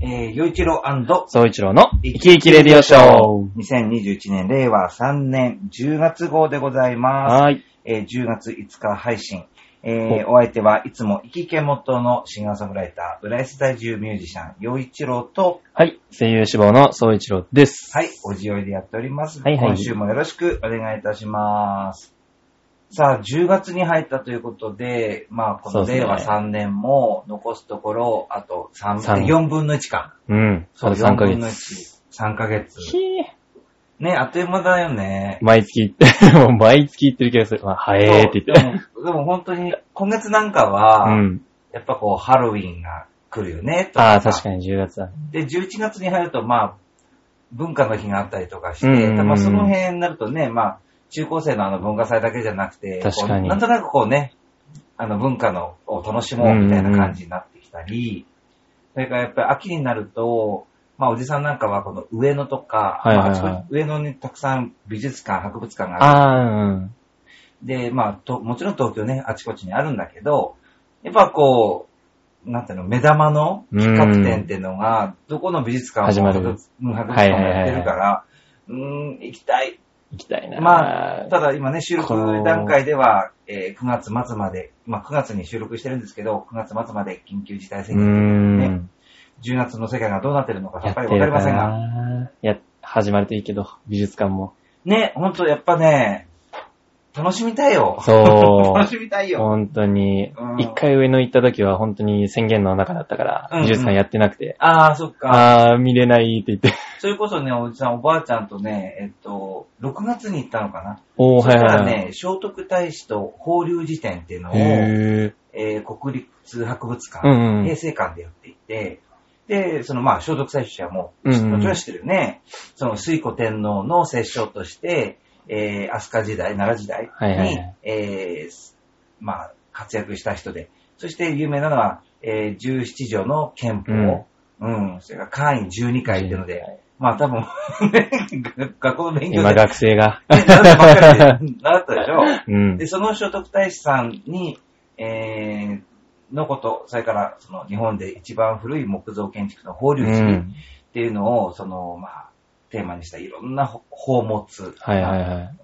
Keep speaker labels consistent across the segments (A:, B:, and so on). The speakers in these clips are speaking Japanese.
A: えー、洋一郎
B: 総一郎の生き生きレディオショー。
A: 2021年令和3年10月号でございます。
B: はい。
A: えー10月5日配信。えーお相手はいつも生き家元のシンガーソングライター、浦安在住ミュージシャン、洋一郎と、
B: はい。声優志望の総一郎です。
A: はい、おじおいでやっております。
B: はいはい
A: 今週もよろしくお願いいたします。さあ、10月に入ったということで、まあ、こ
B: そう
A: の
B: ですね
A: 令和3年も残すところ、あと3
B: 三
A: 4分の1か。
B: うん。あと3ヶ
A: 4分の1
B: 月。。
A: 3ヶ月。
B: ひー
A: ね、あっという間だよね。
B: 毎月言って、 もう毎月言ってる気がする。まあ、はえーって言っ
A: そ
B: て。
A: うでも、でも本当に、今月なんか
B: う
A: は、
B: ん。
A: やっぱこう、ハロウィンが来るよね、と
B: ああ、確かに10月だ。
A: で、11月に入ると、まあ、文化の日があったりとかして、
B: うんうんうん
A: まあ、その辺になるとね、まあ、中高生のあの文化祭だけじゃなくて、
B: 確かに
A: こうなんとなくこうね、あの文化のを楽しもうみたいな感じになってきたり、それからやっぱり秋になると、まあ、おじさんなんかはこの上野とか、
B: はいはいはい
A: まああちこち上野にたくさん美術館、博物館がある
B: ああー、うん。
A: で、まあと、もちろん東京ね、あちこちにあるんだけど、やっぱこう、なんていうの、目玉の企画展っていうのが、どこの美術館
B: 始
A: も
B: まる
A: 博物博物館もやってるから、うーん、行きたい。
B: 行きたいな。
A: まあ、
B: あ、
A: ただ今ね、収録段階では、えー9月末まで、まあ9月に収録してるんですけど、9月末まで緊急事態
B: う
A: 宣
B: ー
A: 言、
B: ん。
A: 10月の世界がどうなってるのかさ
B: や
A: っ
B: っ
A: ぱ
B: て
A: りわかり
B: る
A: ま
B: か
A: せんが、
B: な。や、始まるといいけど、美術館も。
A: ね、ほんとやっぱね、楽しみたいよ。
B: そう
A: 楽しみたいよ。
B: 本当に
A: う、ん
B: 一回上野行った時は本当に宣言の中だったか
A: うんう
B: ら、
A: ん
B: 美術館やってなくて、
A: ああ、そっか。
B: あー、見れないって言って。
A: それこそね、おじさん、おばあちゃんとね、えっと、6月に行ったのかな。
B: おー、
A: そし
B: はい
A: た
B: は
A: ら
B: いはい。
A: ね、聖徳太子と法隆寺展っていうのを、え
B: へ
A: ー国立博物館、
B: うんうん
A: 平成館でやっていて、で、そのまあ、聖徳太子はもう、
B: うん
A: も
B: うん
A: ちろん知ってるよね。その水古天皇の摂政として、えー、飛鳥時代、奈良時代に、
B: はいはいはい
A: えーまあ、活躍した人で、そして有名なのは、えー、17条の憲法、うん、それから会員12回っていうので、まあ多分、 ね、学学校の勉
B: え。
A: 強
B: 今
A: で、
B: 学生が。
A: ね、習ったばっかりで、習ったでしょ。
B: うん
A: で、。その聖徳太子さんに、えー、のこと、それから、その日本で一番古い木造建築の法
B: う
A: 隆寺っ
B: ん。
A: ていうのを、その、まあ、テーマにしたいろんなほ宝物
B: はいはい
A: が
B: はい。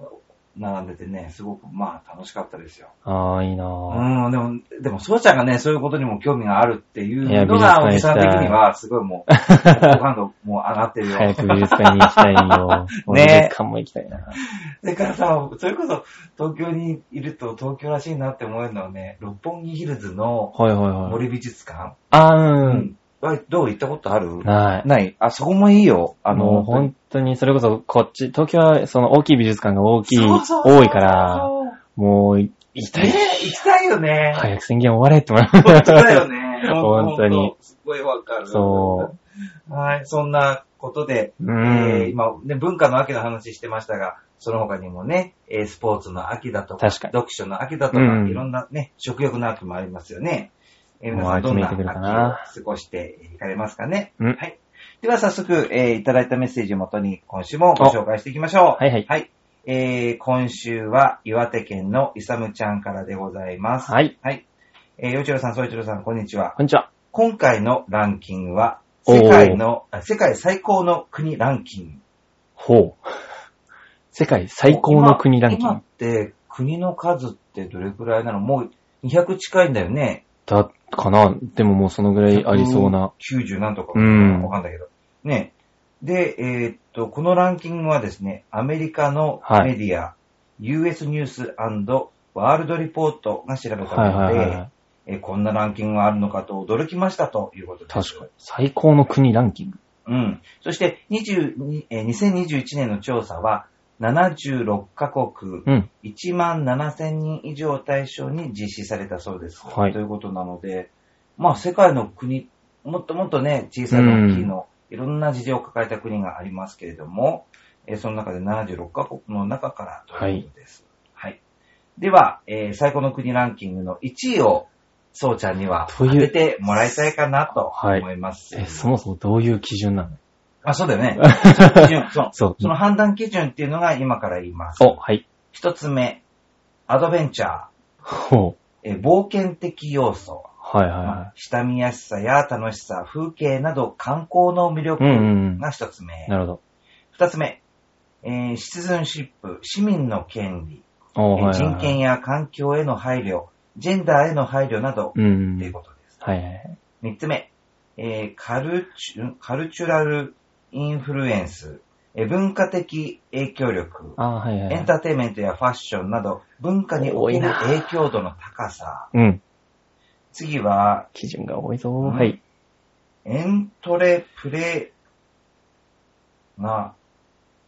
A: 並んでてね、すごくまあ楽しかったですよ。
B: あー、いいうなぁ。
A: ん、でも、でも、そうちゃんがね、そういうことにも興味があるっていう
B: いや美
A: の
B: 術館
A: が、おじさん的には、すごい もう、好感度もう上がってるよ。
B: 早く美術館に行きたいよ。俺美術館も行きたいな。
A: だからさ、それこそ東京にいると東京らしいなって思えるのはね、六本木ヒルズの
B: はいはいはい。
A: 森美術館。
B: あー、うん。
A: はどう行ったことある
B: ない。
A: ない。あ、そこもいいよ。あ
B: あの、
A: の、
B: 本当に、それこそ、こっち、東京は、その、大きい美術館が大きい、
A: そうそうそう
B: 多いから、
A: そう
B: もう、行きた
A: ね
B: い。
A: 行きたいよね。
B: 早く宣言終われって思う。
A: 本当だよね。
B: 本当に
A: 本当。すごいわかる。。
B: そう
A: はい、そんなことで、え
B: う
A: ー
B: ん。
A: 今、ね、文化の秋の話してましたが、その他にもね、えースポーツの秋だとか、
B: 確かに
A: 読書の秋だとか、
B: うん
A: いろんなね、食欲の秋もありますよね。えー皆
B: もう
A: さん
B: 秋
A: どん
B: めい
A: な
B: て
A: 秋
B: く
A: を
B: るかな
A: 過ごしていかれますかね。
B: うん
A: はい。では早速、えーいただいたメッセージをもとに今週もご紹介していきましょう。
B: はいはい。
A: はい。えー、今週は岩手県のイサムちゃんからでございます。
B: はい。
A: はい。えー、よちろさん、そいちろさん、こんにちは。
B: こんにちは。
A: 今回のランキングは、
B: おー
A: 世界の、あ世界最高の国ランキング。
B: ほう。世界最高の国ランキン
A: 今
B: グ
A: 今。って、国の数ってどれくらいなのもう200近いんだよね。
B: だ、かな。でももうそのぐらいありそうな。。
A: 90何とか
B: うん
A: わかんないけど。ね。で、えーっと、このランキングはですね、アメリカの
B: はい
A: メディア、US ニュースワールドリポートが調べたも
B: はい
A: の
B: はい
A: で、
B: はいはい。
A: えーこんなランキングがあるのかと驚きましたということです。
B: 確かに。最高の国ランキング。
A: うん。そして22えー2021年の調査は、76カ国、
B: うん。
A: 1万7000人以上を対象に実施されたそうです。
B: はい
A: ということなので、まあ世界の国、もっともっとね、小さな大きいの、いろんな事情を抱えた国がありますけれども、えーその中で76カ国の中からということです。はい。では、えー最高の国ランキングの1位を、そうちゃんには
B: と
A: 当
B: いう
A: ててもらいたいかなと
B: はい
A: 思います。
B: え、そもそもどういう基準なの
A: あ、そうだよ ね。その基準その
B: そう。
A: その判断基準っていうのが今から言います。
B: お、はい。
A: 一つ目、アドベンチャー。
B: ほう。
A: えー冒険的要素。
B: はいはい
A: ま
B: は
A: あ親みやしさや楽しさ、風景など観光の魅
B: い。うんう
A: 力
B: んうん。
A: が一つ目。
B: なるほど。
A: 二つ目、えーシチズンシップ、市民の権利、
B: おー
A: えー
B: はいはいはい。
A: 人権や環境への配慮、ジェンダーへの配慮など、
B: うん
A: とい
B: う。
A: うんことです。
B: はいはい。
A: 三つ目、えーカルチュ、カルチュラルインフルエンス、えー文化的影響力、
B: ああー、はいはいはい。
A: エンターテインメントやファッションなど、文化にお
B: 多
A: け
B: い
A: る
B: な
A: 影響度の高さ。
B: うん。
A: 次は、
B: 基準が多いぞ
A: ん
B: ー。はい。
A: エントレプレな、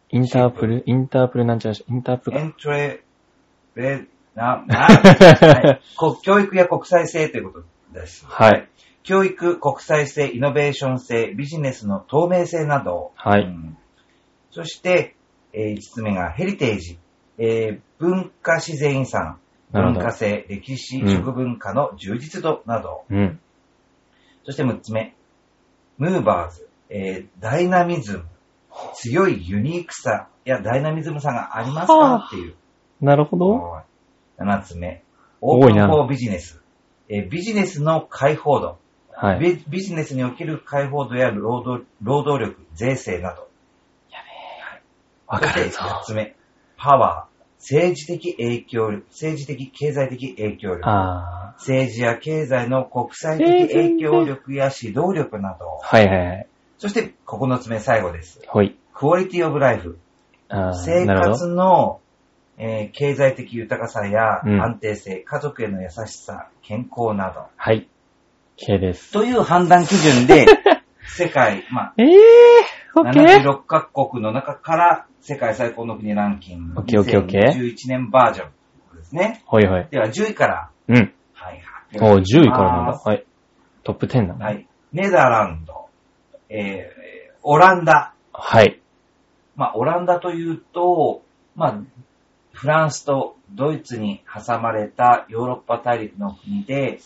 B: インタープル、インタープルなんちゃらし、インタープル
A: エントレプレ な、な、はいこ教育や国際性ということです。
B: はい。
A: 教育、国際性、イノベーション性、ビジネスの透明性など。
B: は
A: う
B: い。
A: んそして、えー、5つ目がヘリテージ、えー文化自然遺産、
B: なるほ
A: 文
B: ど
A: 化性、歴史、
B: うん
A: 食文化の充実度など。
B: うん。
A: そして6つ目、ムーバーズ、えーダイナミズム、強いユニークさやダイナミズムさがあります
B: は
A: か
B: あ
A: っていう。
B: なるほど。
A: 7つ目、オー
B: 多
A: プ
B: い
A: ン
B: な
A: フォービジネス、えービジネスの解放度、
B: はい。
A: ビビジネスにおける解放度や労働労働力、税制など。
B: わかる
A: そし
B: ぞ
A: て。八つ目、パワー、政治的影響力、政治的経済的影響力、
B: ああ。
A: 政治や経済の国際的影響力や指導力など。
B: はいはいはい。
A: そして9つ目、最後です。
B: ほい。
A: クオリティオブライフ、
B: ああ。
A: 生
B: なるほど。
A: 活の、えー経済的豊かさや
B: うん
A: 安定性、家族への優しさ、健康など。
B: はい。K です。
A: という判断基準 で、世界、まあ、
B: ええー、オッケー。
A: 76カ国の中から世界最高の国ランキング。
B: オッケーオッケーオッケー
A: 2011年バージョンですね。
B: ほいほい。
A: では10位から。
B: うん。
A: はいはい。
B: おー、10位からなんだ。
A: は
B: はい。トップ10なんだ。
A: い。ネザーランド、えーえーオランダ。
B: はい。
A: まあ、オランダというと、まあ、フランスとドイツに挟まれたヨーロッパ大陸の国で、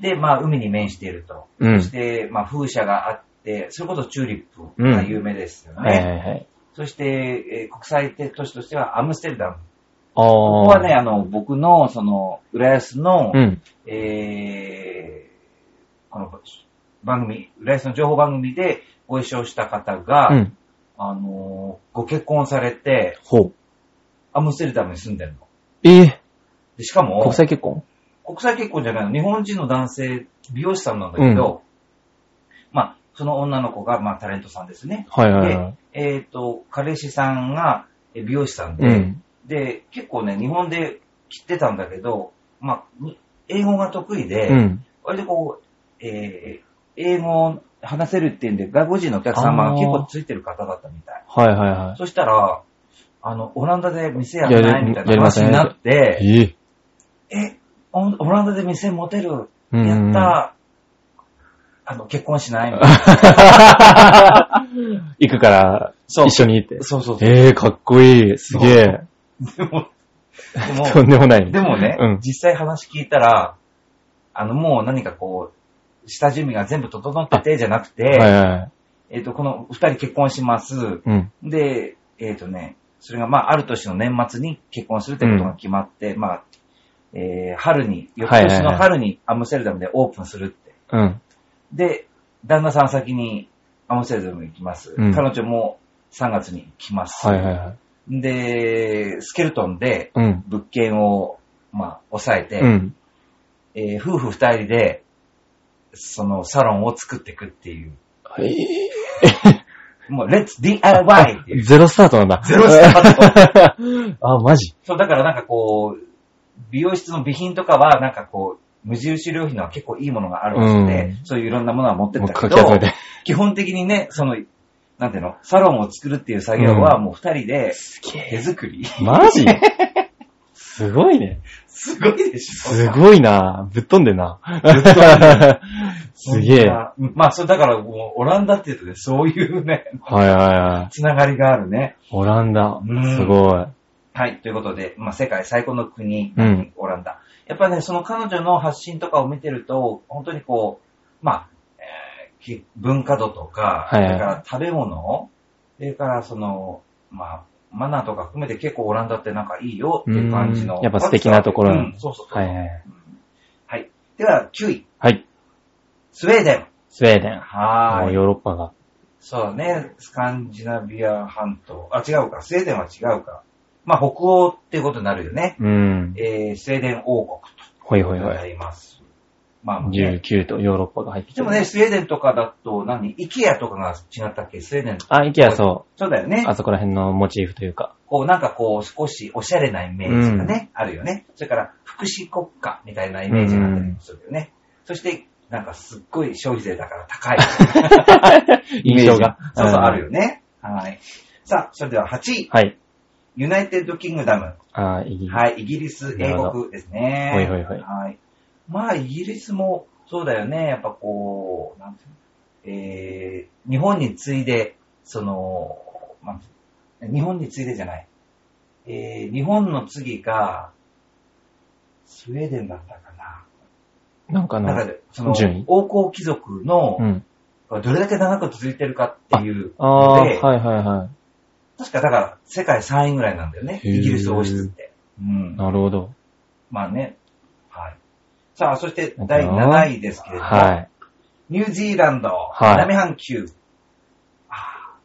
A: で、まあ、海に面していると。
B: うん
A: そして、まあ、風車があって、それこそチューリップが有名ですよね。
B: はいはいはい。
A: そして、えー国際都市としてはアムステルダム。
B: あ
A: こ
B: あ。
A: こはね、あの、僕の、その、浦安の、
B: うん。
A: えーこの番組、浦安の情報番組でご一緒した方が、
B: うん。
A: あのー、ご結婚されて、
B: ほう。
A: アムステルダムに住んでるの。
B: ええ
A: でしかも、
B: 国際結婚
A: 国際結婚じゃないの、日本人の男性、美容師さんなんだけど、まあ、その女の子が、まあ、タレントさんですね。
B: はいはいはい。
A: で、えっ、と、彼氏さんがえ美容師さんで、
B: うん。
A: で、結構ね、日本で切ってたんだけど、まあ、に英語が得意で、
B: うん。
A: 割とこう、えー英語を話せるっていうんで、外国人のお客様が結構ついてる方だったみたい。
B: はいはいは
A: そしたら、あの、オランダで店や
B: い
A: ら
B: や
A: ない
B: や
A: みたいな
B: やりませ
A: 話
B: ん
A: になって、
B: い。ええ。
A: え、オオランダで店持てる、
B: う
A: やった
B: んうんうん。
A: ー、あの、結婚しないみたいな。
B: 行くから、
A: そう
B: 一緒に行って。
A: そうそうそう。
B: ええ、かっこいい。すげえ。
A: でも、でも
B: とんでもない。
A: でもね、
B: うん
A: 実際話聞いたら、あの、もう何かこう、下準備が全部整っててじゃなくて、
B: はいはい。
A: えっ、と、この二人結婚します。
B: うん。
A: で、えっ、とね、それがまあ、ある年の年末に結婚するってことが決まって、まあ、えー春に、翌年の春にアムステルダムでオープンするって。
B: うん。
A: で、旦那さんは先にアムステルダムに行きます。
B: うん
A: 彼女も3月に来ます。
B: はいはいはい。
A: で、スケルトンで
B: うん。
A: 物件を、まあ、抑えて、
B: うん。
A: えー夫婦二人で、そのサロンを作っていくっていう。もう、Let's DIY っていう。
B: ゼロスタート なんだ。
A: ゼロしたパッと。
B: あ、マジ
A: そう、だからなんかこう、美容室の備品とかは、なんかこう、無印良品のは結構いいものがあるので、
B: うん
A: そういういろんなものは持ってっ
B: もう
A: たけ
B: かき集
A: ど
B: め、て。
A: 基本的にね、その、なんていうの、サロンを作るっていう作業は
B: うん
A: もう二人で
B: げえ
A: 手作り。
B: マジすごいね。
A: すごいでしょ
B: すごいなぶっ飛んでんな。 すげえ。は
A: うんまあ、そう、だからもう、オランダっていうとね、そういうね、
B: いはいはい。
A: つながりがあるね。
B: オランダ
A: うん。
B: すごい。
A: はい、ということで、まあ、世界最高の国、
B: うん
A: オランダ。やっぱね、その彼女の発信とかを見てると、本当にこう、まあ、えーき文化度とか、
B: はいはい
A: それから食べ物、それからその、まあ、マナーとか含めて結構オランダってなんかいいよっていう感じの。
B: うんやっぱ素敵なところ
A: う
B: なん
A: ん、そうそうそう。
B: はいはい。
A: はい。では、9位。
B: はい。
A: スウェーデン。
B: スウェーデン。
A: は
B: もう
A: ーい。
B: ヨーロッパが。
A: そうだね。スカンジナビア半島。あ、違うか。スウェーデンは違うか。まあ、北欧っていうことになるよね。
B: うん。
A: えー、スウェーデン王国
B: ほい
A: と
B: ほいほ
A: なり
B: い。
A: ます。まあまあね、
B: 19とヨーロッパが入ってき
A: で
B: て
A: も。ね、スウェーデンとかだと何、イケアとかが違ったっけスウェーデン。
B: あ、イケアそ
A: そうだよ
B: う。
A: ね
B: あ。そこら辺のモチーフというか。
A: こう、なんかこう、少しおしゃれなイメージがね、あるよね。それから、福祉国家みたいなイメージがあったりもするよね。そして、なんかすっごい消費税だから高い。
B: 印象が。
A: そうそう、
B: ん
A: あるよね。はい。さあ、それでは8位。
B: はい。
A: ユナイテッドキングダム。
B: あーイギリス。
A: はい、イギリス、英
B: なるほ
A: 国ですね。
B: ほいほいほい
A: はい。まあ、イギリスも、そうだよね、やっぱこう、なんていうのえー、日本に次いで、その、まあ、日本に次いでじゃない。えー、日本の次が、スウェーデンだったか
B: なんかあ
A: な。
B: の
A: なんか、その
B: 順位、
A: 王侯貴族の
B: う、ん。
A: どれだけ長く続いてるかっていう
B: ああ
A: の
B: ー、
A: で、
B: はいはいは
A: 確かだから、世界3位ぐらいなんだよね、
B: へー
A: イギリス王室って。うん
B: い。。なるほど。
A: まあね。はい。さあ、そして第7位ですけれども、
B: は
A: ニュージーランド、
B: はい
A: 南半球。
B: い。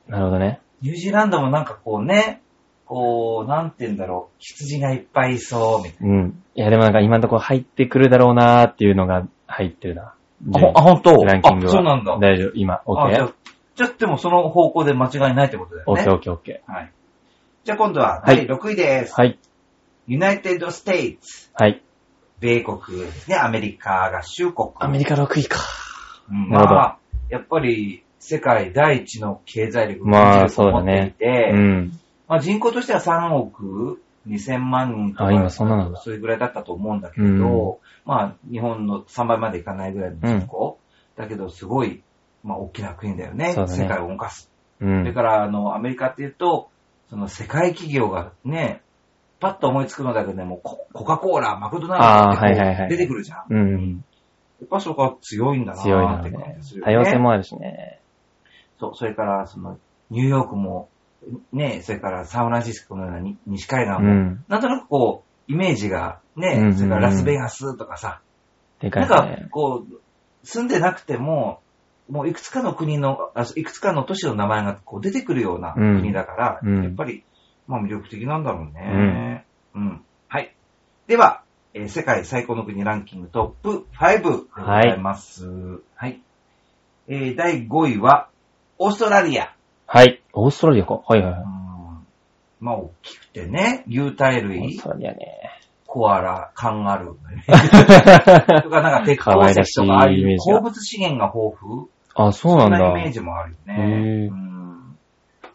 B: なるほどね。
A: ニュージーランドもなんかこうね、こう、なんて言うんだろう、羊がいっぱいいそう、みたい
B: うん。いや、でもなんか今のところ入ってくるだろうなーっていうのが入ってるな。
A: な。
B: 順位
A: 本当
B: ランキングは。
A: そうなんだ。
B: 大丈夫、今。オッ
A: あ
B: ケ
A: じゃ
B: ー
A: あ、じゃあでもその方向で間違いないってことだよ
B: オッケー
A: ね。
B: オッケーオッケ
A: はい。じゃあ今度は
B: は
A: 第
B: い
A: 6位です。
B: ー。はい。
A: ユナイテッド・ステイツ。
B: はい。
A: 米国ですね。アメリカ合衆国。
B: アメリカ6位か。
A: うん
B: なるほど
A: まあ、やっぱり世界第一の経済力を
B: ま
A: 持
B: あ
A: っていて、
B: うん。
A: まあ、人口としては3億2000万人とか、
B: あ今そんななんだ
A: それぐらいだったと思うんだけど、
B: うん
A: まあ、日本の3倍までいかないぐらいの人口、だけどすごい、まあ、大きな国だよね。
B: そうだね
A: 世界を動かす。
B: う
A: それ
B: ん。
A: から、あの、アメリカっていうと、その世界企業がね、パッと思いつくのだけでも、ココカ・コーラ、マクドナルド
B: あー
A: ってこう
B: はいはいはい
A: 出てくるじゃん。
B: うん。
A: やっぱそこは強いんだな
B: 強い
A: ーっ
B: な
A: て
B: ね
A: 感じするよ
B: 多
A: ね。
B: 様性もあるしね。
A: そう、それから、その、ニューヨークも、ね、それからサンフランシスコのようなに西海岸も、
B: うん。
A: なんとなくこう、イメージがね、
B: うんうんうん
A: それからラスベガスとかさ、
B: でか
A: ないんか
B: ね。
A: こう、住んでなくても、もういくつかの国の、あいくつかの都市の名前がこう出てくるような
B: うん
A: 国だから、
B: うん
A: やっぱり、まあ魅力的なんだろうね。うん。はい。では、えー世界最高の国ランキングトップ5でございます。はい。えー第5位は、オーストラリア。
B: はい。オーストラリアか。はいはいは
A: う
B: い。
A: んまあ大きくてね、有袋
B: オー
A: 類
B: ス、トラリアね。
A: コアラ、カンガルー。 とか、なんか鉄鉱石とか、ああいう鉱物資源が豊富
B: あ、そ
A: イ
B: うなん
A: メー
B: だ。
A: ジもあるよ
B: へ
A: ね。
B: ー
A: うん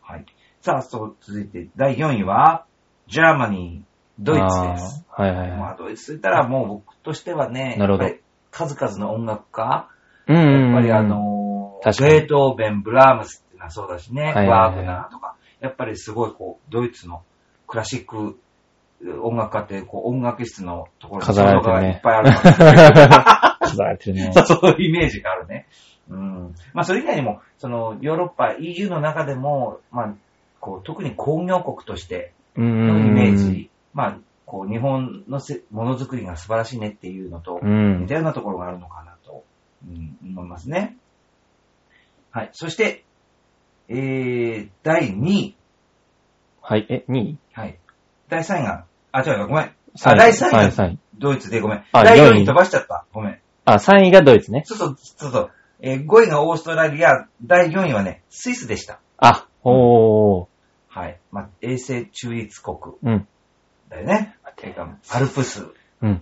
A: はい。さあ、そう、続いて、第4位は、ジャーマニー、ドイツです。
B: あー。はいはい
A: ま
B: は
A: あ、ドイツといったらもう僕としてはね、
B: なるほど
A: やっぱり数々の音楽家、
B: い。うんうんうん。
A: やっぱりあ のー、
B: 確
A: ベ
B: かに
A: ートーベン、ブラームスっていうのはそうだしね、
B: はいはいはい
A: ワーグナーとか、やっぱりすごいこう、ドイツのクラシック音楽家って、こう、音楽室のところに
B: 飾られてるね
A: がいっぱいあるから、
B: 飾られてる ね。
A: そういうイメージがあるね。うん。まあ、それ以外にも、その、ヨーロッパ、EU の中でも、まあ、こう、特に工業国として
B: うんうん
A: の
B: う
A: イ
B: ん。
A: メージ、まあ、こう、日本のせものづくりが素晴らしいねっていうのと
B: う、
A: 似
B: ん。
A: たようなところがあるのかなと、うん、思いますね。はい。そして、えー、第2位。
B: はい。え、2位
A: はい。第3位が、あ、違うよ、ごめん。あ、第3位
B: はい、
A: が
B: 3位。
A: ドイツでごめん。
B: あ
A: 第4
B: 四
A: 位
B: 位
A: 飛ばしちゃった。ごめん。
B: あ、3位がドイツね。
A: そうそう、そうそう。えー5位がオーストラリア、第4位はね、スイスでした。
B: あ、おー。
A: はい。まあ、衛星中立国
B: うん。
A: だよね。てか、アルプス。
B: うん。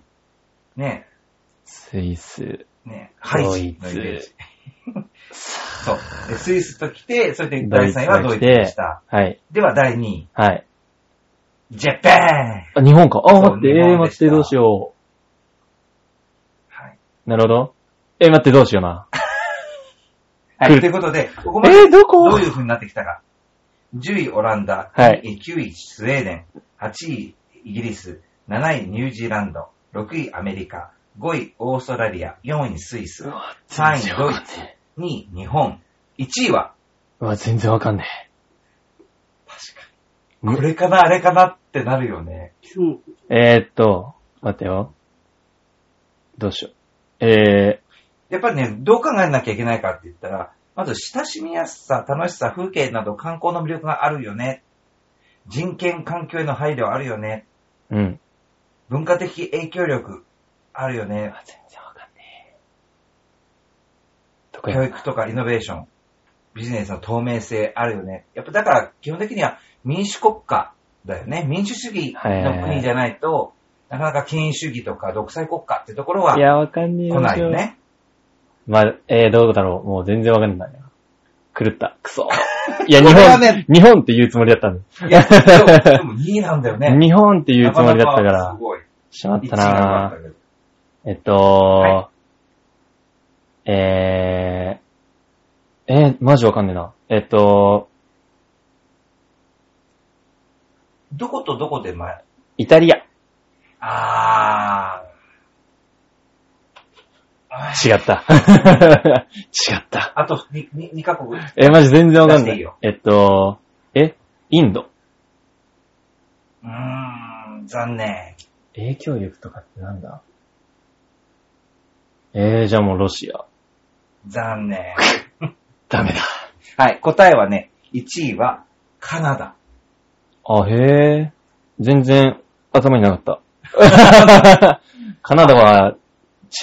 A: ね
B: スイス。
A: え、ねえ、ハイジのイメージ。 そう。でスイスと来て、それで第3位はドイツでした。
B: はい。
A: では第2位、
B: はい。
A: ジャパン
B: あ、日本か。あ、
A: そう
B: 待って、
A: 日
B: え
A: 本
B: ー、
A: で
B: 待っ
A: した
B: て、どうしよ
A: はい。
B: う。なるほど。えー、待って、どうしような。
A: は
B: 来
A: い。
B: る
A: ということで、ここまで
B: えー、どこ
A: どういう風になってきたか。10位オランダ、
B: はい
A: 9位スウェーデン、8位イギリス、7位ニュージーランド、6位アメリカ、5位オーストラリア、4位スイス、
B: う
A: 3
B: わ
A: 位ドイツ、2位日本、1位は、
B: うわ、全然わかんね
A: これかな、あれかなってなるよね。
B: え。えーっと、待ってよ。どうしよう。え
A: やっぱりね、どう考えなきゃいけないかって言ったら、まず親しみやすさ、楽しさ、風景など観光の魅力があるよね。人権、環境への配慮あるよね。
B: うん。
A: 文化的影響力あるよね。
B: 全然わかんねえ。どこ
A: 教
B: や
A: 育とかイノベーション、ビジネスの透明性あるよね。やっぱだから基本的には民主国家だよね。民主主義の国じゃないと、なかなか権威主義とか独裁国家ってところはい
B: や、わかんねえ
A: 来ないよ
B: 面白
A: ね。
B: まあ、えー、どうだろう。もう全然わかんないな。狂った。くそ。 いや、
A: こ
B: 日
A: れは
B: 本、
A: ね
B: 日本って言うつもりだったん
A: いや、でもでも2位なんだよね。
B: 日本って言うつもりだっ
A: な
B: たか
A: な
B: ら
A: す、ごい。
B: しまっ
A: 1位
B: た
A: が良かった
B: な
A: けど
B: えっと、えー、えー、マジわかんねえな。えっと、
A: どことどこで前
B: イタリア。
A: あー。
B: 違った。 違った。
A: あと 2, 2, 2カ国。
B: えー、マジ全然わか
A: 出
B: ん
A: し
B: な
A: ていい
B: い
A: よ。
B: えっと、え、インド。
A: うーん、残念。
B: 影響力とかってなんだえー、じゃあもうロシア。
A: 残念。
B: ダメだ。
A: はい、答えはね、1位はカナダ。
B: あ、へえ。全然頭になか った。カナダは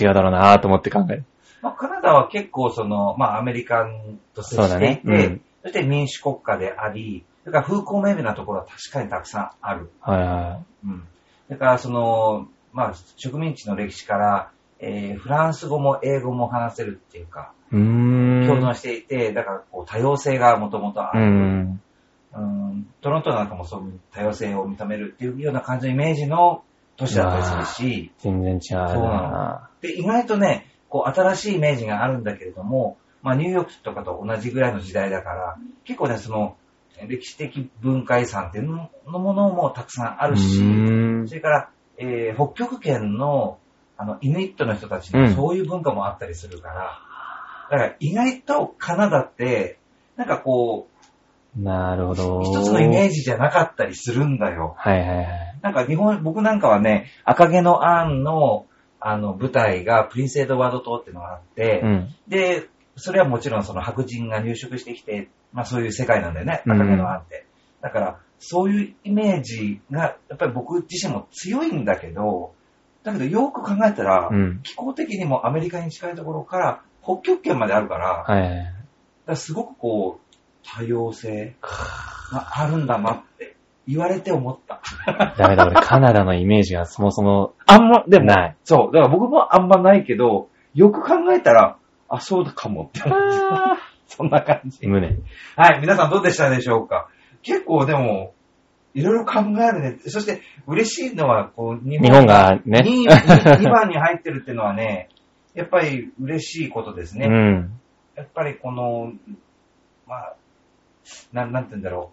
B: 違うだろうなと思って考える。
A: まあ、カナダは結構その、まあ、アメリカンと接
B: そう
A: し
B: だ
A: てい
B: ね
A: て、。
B: うん。
A: そして民主国家であり、だから風光明媚なところは確かにたくさんある。
B: はいは
A: うん。だからその、まあ、植民地の歴史から、えー、フランス語も英語も話せるっていうか、
B: い。うーん。
A: 共存していて、だからこう多様性がもともとあ
B: う
A: る。
B: ん。
A: うんトロントなんかもそういう多様性を認めるっていうような感じのイメージの都市だったりするし、
B: 全然違う
A: そう
B: な
A: なで、意外とね、こう、新しいイメージがあるんだけれども、まあ、ニューヨークとかと同じぐらいの時代だから、結構ね、その、歴史的文化遺産っていうののものもたくさんあ
B: う
A: るし、
B: ーん
A: そ。れから、えー北極圏の、あの、イヌイットの人たち
B: う
A: の
B: ん
A: そういう文化もあったりするから、だから意外とカナダって、なんかこう、
B: なるほど。
A: 一つのイメージじゃなかったりするんだよ。
B: はいはいはい。
A: なんか日本、僕なんかはね、赤毛のアンの、あの、舞台がプリンスエドワード島っていうのがあって、
B: うん。
A: で、それはもちろんその白人が入植してきて、まあそういう世界なんだよね、
B: うん
A: 赤毛のアンって。だから、そういうイメージが、やっぱり僕自身も強いんだけど、だけどよく考えたら、
B: うん。
A: 気候的にもアメリカに近いところから北極圏まであるから、だか
B: はいはいはい。
A: らすごくこう、多様性があるんだなって言われて思った。
B: ダメだ、俺カナダのイメージがそもそも、あんま、でもない。
A: そう。だから僕もあんまないけど、よく考えたら、あ、そう かもって。そんな感じ。
B: 無念。
A: はい。皆さんどうでしたでしょうか結構でも、いろいろ考えるね。そして、嬉しいのは、こう、日
B: 日本が
A: 2、
B: ね。
A: 二二番に入ってるっていうのはね、やっぱり嬉しいことです
B: う
A: ね。
B: ん。
A: やっぱりこの、まあ、なん、なんて言うんだろ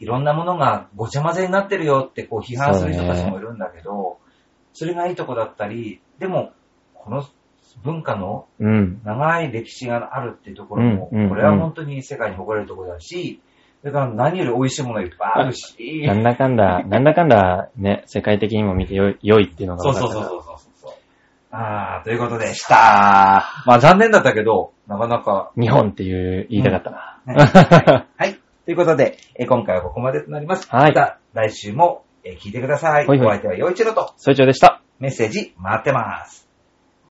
A: う。いろんなものがごちゃ混ぜになってるよってこう批判する人たちもいるんだけど、それがいいとこだったり、でも、この文化の
B: うん。
A: 長い歴史があるっていうところも、
B: うんうん
A: これは本当に世界に誇れるところだし、それから何より美味しいものいっぱいあるし、
B: なんだかんだ、なんだかんだ、ね、世界的にも見てよい良いっていうのが
A: そう
B: 分か
A: そう
B: った
A: そう
B: か
A: そうそうそう。あー、ということでした。まあ残念だったけど、なかなか
B: ら。日本っていう言いたかった
A: ね
B: な。
A: はい。ということで、えー今回はここまでとなります。
B: は
A: ま
B: い
A: た来週もえー聞いてください。
B: ほいほい
A: お相手は陽一郎と
B: そいちょうでした。
A: メッセージ待ってます。